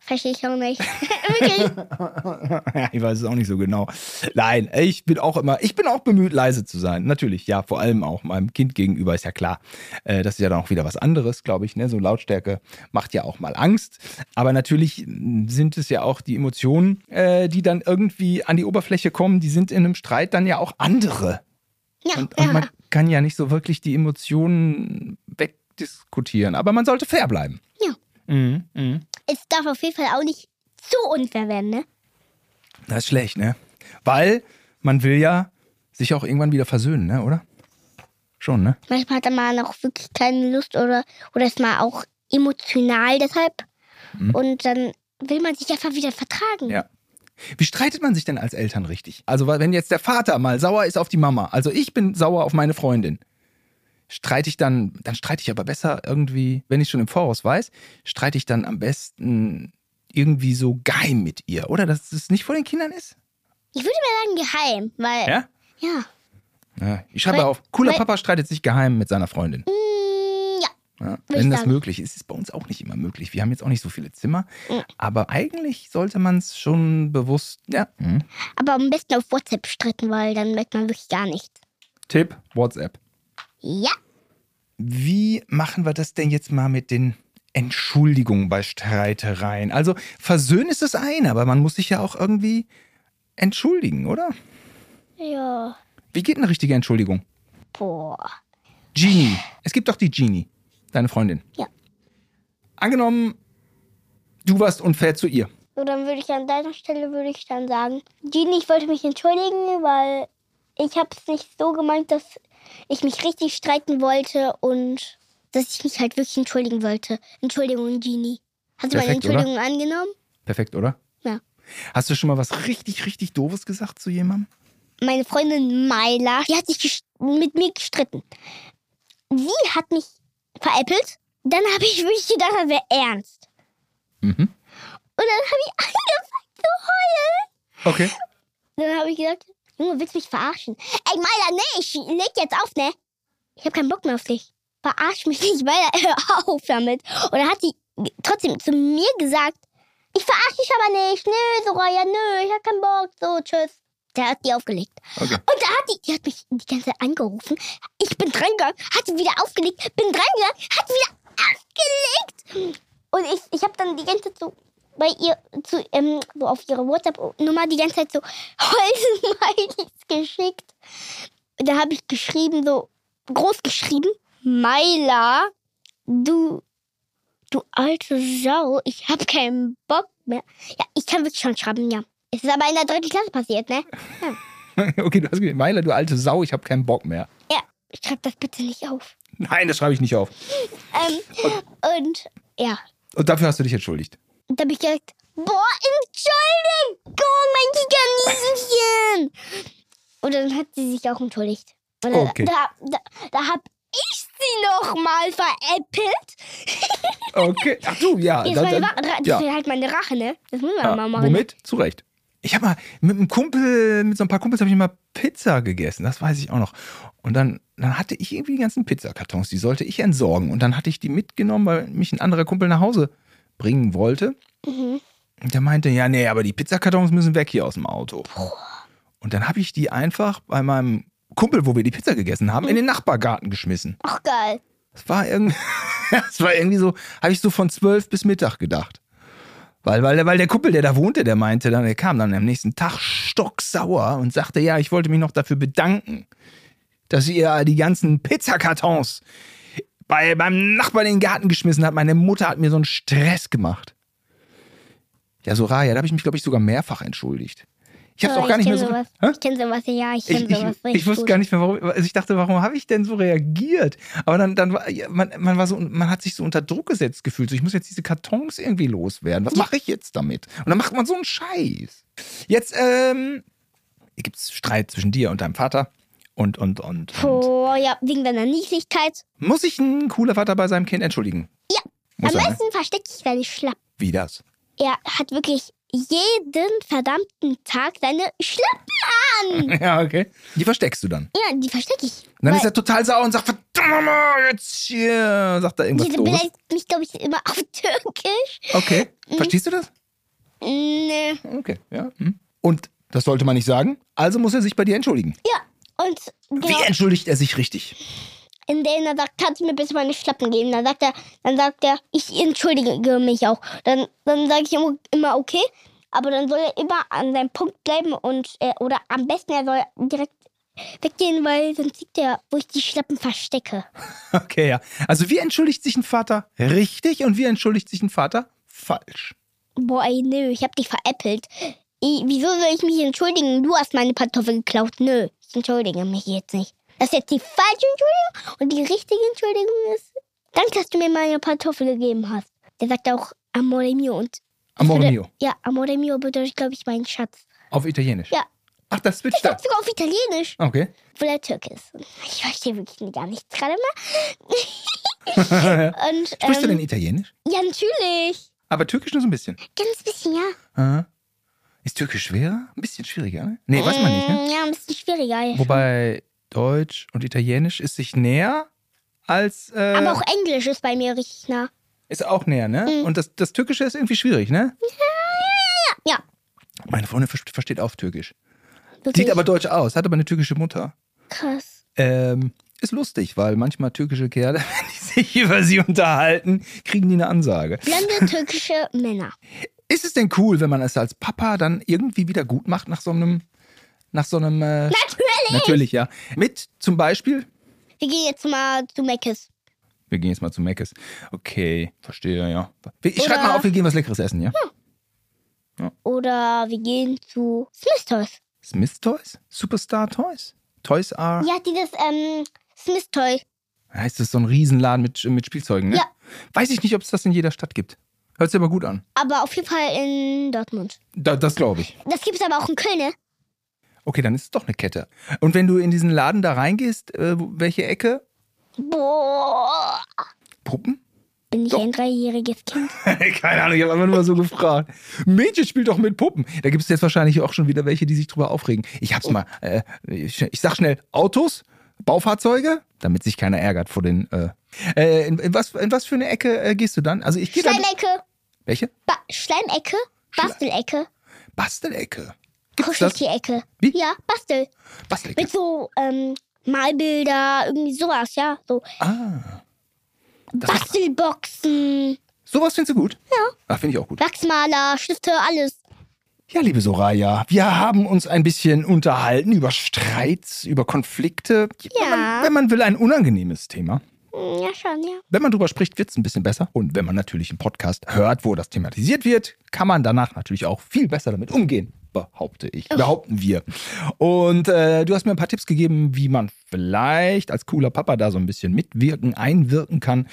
S2: Verstehe ich auch nicht. wirklich?
S1: Ja, ich weiß es auch nicht so genau. Nein, ich bin auch immer, ich bin auch bemüht, leise zu sein. Natürlich, ja, vor allem auch meinem Kind gegenüber ist ja klar. Äh, das ist ja dann auch wieder was anderes, glaube ich. Ne? So Lautstärke macht ja auch mal Angst. Aber natürlich mh, sind es ja auch die Emotionen, äh, die dann irgendwie an die Oberfläche kommen, die sind in einem Streit dann ja auch andere.
S2: Ja,
S1: Und, und
S2: ja.
S1: man kann ja nicht so wirklich die Emotionen wegdiskutieren. Aber man sollte fair bleiben.
S2: Ja.
S1: Mhm, mhm.
S2: Es darf auf jeden Fall auch nicht zu unfair werden, ne?
S1: Das ist schlecht, ne? Weil man will ja sich auch irgendwann wieder versöhnen, ne, oder? Schon, ne?
S2: Manchmal hat er mal noch wirklich keine Lust oder, oder ist mal auch emotional deshalb. Und dann will man sich einfach wieder vertragen.
S1: Mhm. Ja. Wie streitet man sich denn als Eltern richtig? Also, wenn jetzt der Vater mal sauer ist auf die Mama, also ich bin sauer auf meine Freundin, streite ich dann, dann streite ich aber besser irgendwie, wenn ich schon im Voraus weiß, streite ich dann am besten irgendwie so geheim mit ihr, oder? Dass es nicht vor den Kindern ist?
S2: Ich würde mir sagen, geheim, weil.
S1: Ja?
S2: Ja.
S1: ja ich schreibe
S2: Weil-
S1: auf, cooler
S2: weil-
S1: Papa streitet sich geheim mit seiner Freundin.
S2: Mm, ja.
S1: Ja,
S2: ich
S1: wenn das
S2: sagen.
S1: möglich ist, ist es bei uns auch nicht immer möglich. Wir haben jetzt auch nicht so viele Zimmer,
S2: Mhm.
S1: aber eigentlich sollte man es schon bewusst. Ja. Mhm.
S2: Aber am besten auf WhatsApp streiten, weil dann merkt man wirklich gar nichts.
S1: Tipp: WhatsApp.
S2: Ja.
S1: Wie machen wir das denn jetzt mal mit den Entschuldigungen bei Streitereien? Also, versöhnen ist das eine, aber man muss sich ja auch irgendwie entschuldigen, oder?
S2: Ja.
S1: Wie geht eine richtige Entschuldigung?
S2: Boah.
S1: Genie. Es gibt doch die Genie, deine Freundin.
S2: Ja.
S1: Angenommen, du warst unfair zu ihr.
S2: So, dann würde ich an deiner Stelle würde ich dann sagen, Genie, ich wollte mich entschuldigen, weil ich habe es nicht so gemeint, dass ich mich richtig streiten wollte und dass ich mich halt wirklich entschuldigen wollte. Entschuldigung, Genie. Hast du meine
S1: Perfekt, oder?
S2: Entschuldigung angenommen?
S1: Perfekt, oder?
S2: Ja.
S1: Hast du schon mal was richtig, richtig Doofes gesagt zu jemandem?
S2: meine Freundin Myla, die hat sich gest- mit mir gestritten. Sie hat mich veräppelt. Dann habe ich wirklich gedacht, das wäre ernst.
S1: Mhm.
S2: Und dann habe ich angefangen zu heulen.
S1: Okay.
S2: Dann habe ich gesagt, Junge, willst du mich verarschen? Ey, Myla, nee, ich leg jetzt auf, ne? Ich habe keinen Bock mehr auf dich. Verarsch mich nicht, Myla, hör auf damit. Und dann hat sie trotzdem zu mir gesagt, ich verarsche dich aber nicht. Nö, Soraya, nö, ich hab keinen Bock. So, tschüss. Der hat die aufgelegt.
S1: Okay.
S2: Und da hat die, die hat mich die ganze Zeit angerufen. Ich bin drangegangen, hat sie wieder aufgelegt, bin drangegangen, hat wieder aufgelegt. Und ich, ich habe dann die ganze Zeit so bei ihr, zu, ähm, so auf ihre WhatsApp-Nummer die ganze Zeit so Holzmilies geschickt. Und da habe ich geschrieben, so groß geschrieben, Myla, du, du alte Sau, ich habe keinen Bock mehr. Ja, ich kann wirklich schon schreiben, ja. Es ist aber in der dritten Klasse passiert, ne?
S1: Okay, du hast gesagt, Meiler, du alte Sau, ich habe keinen Bock mehr.
S2: Ja, schreib das bitte nicht auf.
S1: Nein, das schreibe ich nicht auf.
S2: Ähm, und ja,
S1: Und dafür hast du dich entschuldigt.
S2: und dann habe ich gesagt, boah, Entschuldigung, mein Giganieschen. Und dann hat sie sich auch entschuldigt. Und dann,
S1: Okay.
S2: da, da, da habe ich sie nochmal veräppelt.
S1: Okay. Ach du, ja.
S2: Jetzt
S1: Ah, dann-
S2: meine,
S1: dann-
S2: Ra- Ra- das
S1: ja.
S2: ist halt meine Rache, ne? Das muss man
S1: Ja,
S2: mal machen.
S1: Womit? Zu Recht. Ich habe mal mit einem Kumpel, mit so ein paar Kumpels habe ich mal Pizza gegessen, das weiß ich auch noch. Und dann, dann hatte ich irgendwie die ganzen Pizzakartons, die sollte ich entsorgen. Und dann hatte ich die mitgenommen, weil mich ein anderer Kumpel nach Hause bringen wollte. Und der meinte, ja, nee, aber die Pizzakartons müssen weg hier aus dem Auto. Und dann habe ich die einfach bei meinem Kumpel, wo wir die Pizza gegessen haben, in den Nachbargarten geschmissen.
S2: Ach, geil.
S1: Das war irgendwie, das war irgendwie so, habe ich so von zwölf bis Mittag gedacht. Weil, weil, weil der Kumpel, der da wohnte, der meinte dann, der kam dann am nächsten Tag stocksauer und sagte, ja, ich wollte mich noch dafür bedanken, dass ihr die ganzen Pizzakartons bei, beim Nachbarn in den Garten geschmissen habt. Meine Mutter hat mir so einen Stress gemacht. Ja, Soraya, da habe ich mich, glaube ich, sogar mehrfach entschuldigt. Ich habe es
S2: Aber
S1: auch gar
S2: Ah, ich
S1: nicht mehr
S2: kenn
S1: so...
S2: Sowas.
S1: Hä?
S2: Ich kenne sowas, ja, ich kenne
S1: Ich, ich,
S2: sowas richtig
S1: ich wusste
S2: gut.
S1: gar nicht mehr, warum. Also ich dachte, warum habe ich denn so reagiert? Aber dann, dann war ja, man, man war so, man hat sich so unter Druck gesetzt gefühlt. So, ich muss jetzt diese Kartons irgendwie loswerden. Was mache ich jetzt damit? Und dann macht man so einen Scheiß. Jetzt ähm, gibt es Streit zwischen dir und deinem Vater. Und, und, und, und.
S2: Boah, ja, wegen deiner Niedlichkeit.
S1: Muss sich ein cooler Vater bei seinem Kind entschuldigen?
S2: Ja,
S1: Muss
S2: am
S1: er, ne?
S2: besten verstecke ich seine Schlappen.
S1: Wie das?
S2: er hat wirklich jeden verdammten Tag seine Schlappen an.
S1: Ja, okay. Die versteckst du dann.
S2: Ja, die verstecke ich.
S1: Und dann ist
S2: Weil
S1: er total sauer und sagt, verdammt nochmal, jetzt hier, sagt er irgendwas
S2: diese
S1: Doofes.
S2: beleidigt mich, glaube ich, immer auf Türkisch.
S1: Okay,
S2: Hm.
S1: verstehst du das?
S2: Nee.
S1: Okay, ja. hm. Und das sollte man nicht sagen, also muss er sich bei dir entschuldigen.
S2: Ja, und genau,
S1: Wie entschuldigt er sich richtig?
S2: in denen er sagt, kannst du mir bitte meine Schlappen geben? Dann sagt er, dann sagt er, ich entschuldige mich auch. Dann, dann sage ich immer, immer okay, aber dann soll er immer an seinem Punkt bleiben und er, oder am besten er soll direkt weggehen, weil sonst sieht er, wo ich die Schlappen verstecke.
S1: Okay, ja. Also wie entschuldigt sich ein Vater richtig und wie entschuldigt sich ein Vater falsch?
S2: Boah, ey, nö, ich hab dich veräppelt. I- Wieso soll ich mich entschuldigen? Du hast meine Pantoffel geklaut. Nö, ich entschuldige mich jetzt nicht. Das ist jetzt die falsche Entschuldigung und die richtige Entschuldigung ist, danke, dass du mir meine Pantoffel gegeben hast. Der sagt auch Amore mio und
S1: Amore mio.
S2: ja, Amore mio bedeutet, glaube ich, mein Schatz.
S1: Auf Italienisch.
S2: Ja.
S1: Ach, das
S2: Ich
S1: switcht da.
S2: sag sogar auf Italienisch,
S1: Okay.
S2: obwohl er Türke ist. Ich verstehe wirklich gar nichts gerade
S1: Sprichst
S2: mal. Und,
S1: du denn
S2: ähm,
S1: Italienisch?
S2: ja, natürlich.
S1: Aber Türkisch nur so ein bisschen.
S2: Ganz bisschen, ja.
S1: Aha. Ist Türkisch schwerer? Ein bisschen schwieriger, ne? Nee, weiß man nicht, ne?
S2: Mm, Ja, ein bisschen schwieriger.
S1: Wobei Deutsch und Italienisch ist sich näher als. Äh,
S2: Aber auch Mhm. Englisch ist bei mir richtig nah.
S1: ist auch näher, ne? Und das, das Türkische ist irgendwie schwierig, ne?
S2: Ah, Ja,
S1: Meine Freundin ver- versteht auch Türkisch.
S2: wirklich.
S1: Sieht aber deutsch aus, hat aber eine türkische Mutter.
S2: krass.
S1: Ähm, ist lustig, weil manchmal türkische Kerle, wenn die sich über sie unterhalten, kriegen die eine Ansage.
S2: Blonde türkische Männer.
S1: Ist es denn cool, wenn man es als Papa dann irgendwie wieder gut macht nach so einem, nach so einem, äh,
S2: Natürlich!
S1: natürlich, ja. Mit zum Beispiel,
S2: Wir gehen jetzt mal zu Meckes.
S1: wir gehen jetzt mal zu Mc's. Okay, verstehe, ja. Ich
S2: Oder- Hm.
S1: schreibe mal auf, wir gehen was Leckeres essen, ja?
S2: Oder wir gehen zu Smith Toys.
S1: Smith Toys? Superstar Toys? Toys R?
S2: Ja, dieses ähm, Smith Toy.
S1: Heißt das so ein Riesenladen mit, mit Spielzeugen, ne?
S2: Ja.
S1: Weiß ich nicht, ob es das in jeder Stadt gibt. Hört sich aber gut an.
S2: Aber auf jeden Fall in Dortmund.
S1: Da, das glaube ich.
S2: Das gibt es aber auch in Köln, ne?
S1: Okay, dann ist es doch eine Kette. Und wenn du in diesen Laden da reingehst, äh, wo- welche Ecke?
S2: Boah.
S1: Puppen?
S2: Bin ich
S1: Doch.
S2: ein dreijähriges Kind?
S1: Keine Ahnung, ich habe einfach nur mal so gefragt. Mädchen spielt doch mit Puppen. Da gibt es jetzt wahrscheinlich auch schon wieder welche, die sich drüber aufregen. Ich hab's mal. Äh, ich, ich sag schnell Autos, Baufahrzeuge, damit sich keiner ärgert vor den. Äh, äh, in, in, was, in was für eine Ecke äh, gehst du dann? Also ich gehe da.
S2: Schleimecke.
S1: Welche?
S2: Ba Schleimecke. Bastelecke.
S1: Bastelecke. Gibt's das?
S2: Kuscheltierecke.
S1: Wie?
S2: Ja, Bastel.
S1: Bastelecke.
S2: Mit so ähm, Malbilder, irgendwie sowas, ja. So
S1: Ah, Das ist-
S2: Bastelboxen,
S1: sowas findest du gut? Ja. Ach, finde ich auch gut.
S2: Wachsmaler, Stifte, alles.
S1: Ja, liebe Soraya, wir haben uns ein bisschen unterhalten über Streits, über Konflikte. Wenn, man, wenn man will, ein unangenehmes Thema.
S2: Hm, Ja, schon, ja.
S1: Wenn man drüber spricht, wird's ein bisschen besser. Und wenn man natürlich einen Podcast hört, wo das thematisiert wird, kann man danach natürlich auch viel besser damit umgehen. Behaupte ich. Behaupten wir. Und äh, du hast mir ein paar Tipps gegeben, wie man vielleicht als cooler Papa da so ein bisschen mitwirken, einwirken kann,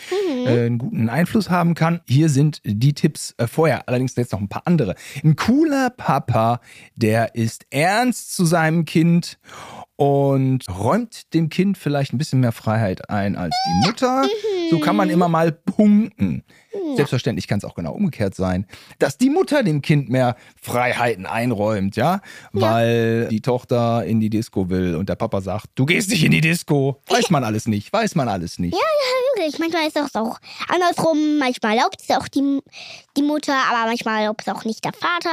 S1: äh, einen guten Einfluss haben kann. Hier sind die Tipps äh, vorher. Allerdings jetzt noch ein paar andere. Ein cooler Papa, der ist ernst zu seinem Kind und räumt dem Kind vielleicht ein bisschen mehr Freiheit ein als die Mutter. So kann man immer mal punkten. Selbstverständlich kann es auch genau umgekehrt sein, dass die Mutter dem Kind mehr Freiheiten einräumt, ja, weil die Tochter in die Disco will und der Papa sagt, du gehst nicht in die Disco. Weiß man alles nicht, weiß man alles nicht.
S2: Wirklich, manchmal ist das auch andersrum. Manchmal erlaubt es auch die, die Mutter, aber manchmal erlaubt es auch nicht der Vater.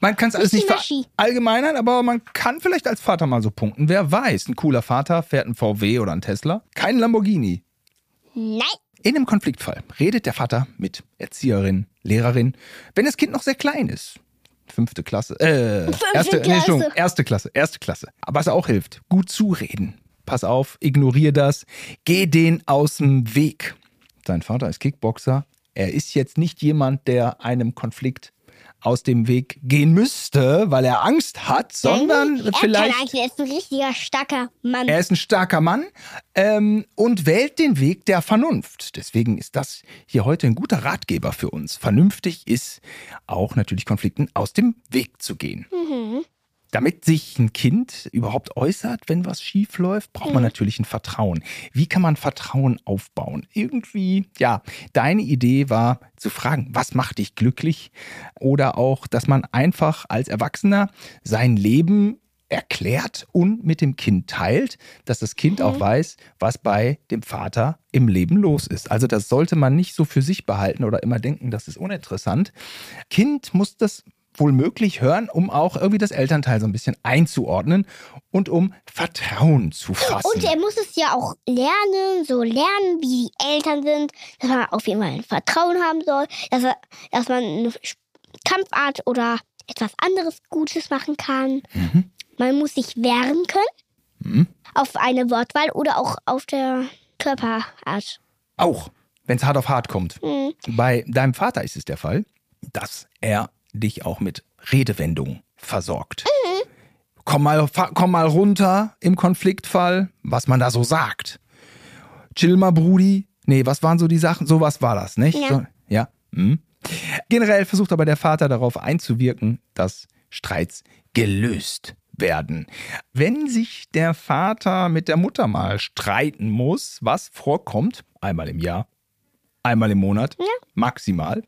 S1: Man kann es alles nicht
S2: Wischiwaschi.
S1: verallgemeinern, aber man kann vielleicht als Vater mal so punkten. Wer weiß, ein cooler Vater fährt einen VW oder einen Tesla, kein Lamborghini.
S2: Nein.
S1: In einem Konfliktfall redet der Vater mit Erzieherin, Lehrerin, wenn das Kind noch sehr klein ist. Fünfte Klasse, äh, erste, Nee,
S2: Klasse.
S1: Entschuldigung, erste Klasse, erste Klasse. Aber was auch hilft, gut zureden. Pass auf, ignorier das, geh den aus dem Weg. Sein Vater ist Kickboxer. Er ist jetzt nicht jemand, der einem Konflikt aus dem Weg gehen müsste, weil er Angst hat, sondern
S2: er
S1: vielleicht.
S2: Kann eigentlich, er ist ein richtiger, starker Mann.
S1: Er ist ein starker Mann ähm, und wählt den Weg der Vernunft. Deswegen ist das hier heute ein guter Ratgeber für uns. Vernünftig ist auch natürlich Konflikten aus dem Weg zu gehen. Damit sich ein Kind überhaupt äußert, wenn was schief läuft, braucht man natürlich ein Vertrauen. Wie kann man Vertrauen aufbauen? Irgendwie, ja, deine Idee war zu fragen, was macht dich glücklich? Oder auch, dass man einfach als Erwachsener sein Leben erklärt und mit dem Kind teilt, dass das Kind
S2: Mhm.
S1: auch weiß, was bei dem Vater im Leben los ist. Also das sollte man nicht so für sich behalten oder immer denken, das ist uninteressant. Kind muss das wohl möglich hören, um auch irgendwie das Elternteil so ein bisschen einzuordnen und um Vertrauen zu fassen.
S2: und er muss es ja auch lernen, so lernen, wie die Eltern sind, dass man auf jeden Fall ein Vertrauen haben soll, dass, er, dass man eine Sch- Kampfart oder etwas anderes Gutes machen kann. Man muss sich wehren können auf eine Wortwahl oder auch auf der Körperart.
S1: Auch wenn es hart auf hart kommt.
S2: Mhm.
S1: Bei deinem Vater ist es der Fall, dass er dich auch mit Redewendung versorgt. Komm, mal, fa- komm mal runter im Konfliktfall, was man da so sagt. Chill mal, Brudi. Nee, was waren so die Sachen? Sowas war das, nicht?
S2: Ja.
S1: So, ja. Hm. Generell versucht aber der Vater darauf einzuwirken, dass Streits gelöst werden. Wenn sich der Vater mit der Mutter mal streiten muss, was vorkommt, einmal im Jahr, einmal im Monat, maximal,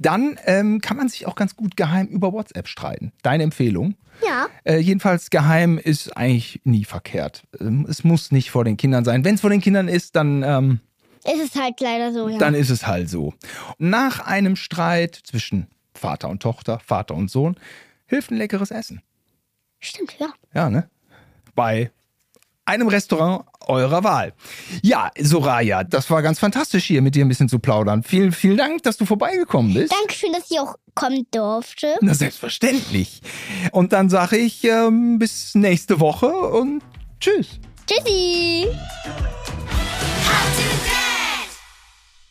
S1: dann ähm, kann man sich auch ganz gut geheim über WhatsApp streiten. Deine Empfehlung?
S2: Ja.
S1: Äh, jedenfalls geheim ist eigentlich nie verkehrt. Ähm, es muss nicht vor den Kindern sein. Wenn es vor den Kindern ist, dann, ähm,
S2: Es ist halt leider so, ja.
S1: dann ist es halt so. Nach einem Streit zwischen Vater und Tochter, Vater und Sohn, hilft ein leckeres Essen.
S2: Stimmt, ja.
S1: Ja, ne? Bei einem Restaurant eurer Wahl. Ja, Soraya, das war ganz fantastisch hier mit dir ein bisschen zu plaudern. Vielen, vielen Dank, dass du vorbeigekommen bist.
S2: Dankeschön, dass ich auch kommen durfte.
S1: Na, selbstverständlich. Und dann sage ich ähm, bis nächste Woche und tschüss.
S2: Tschüssi!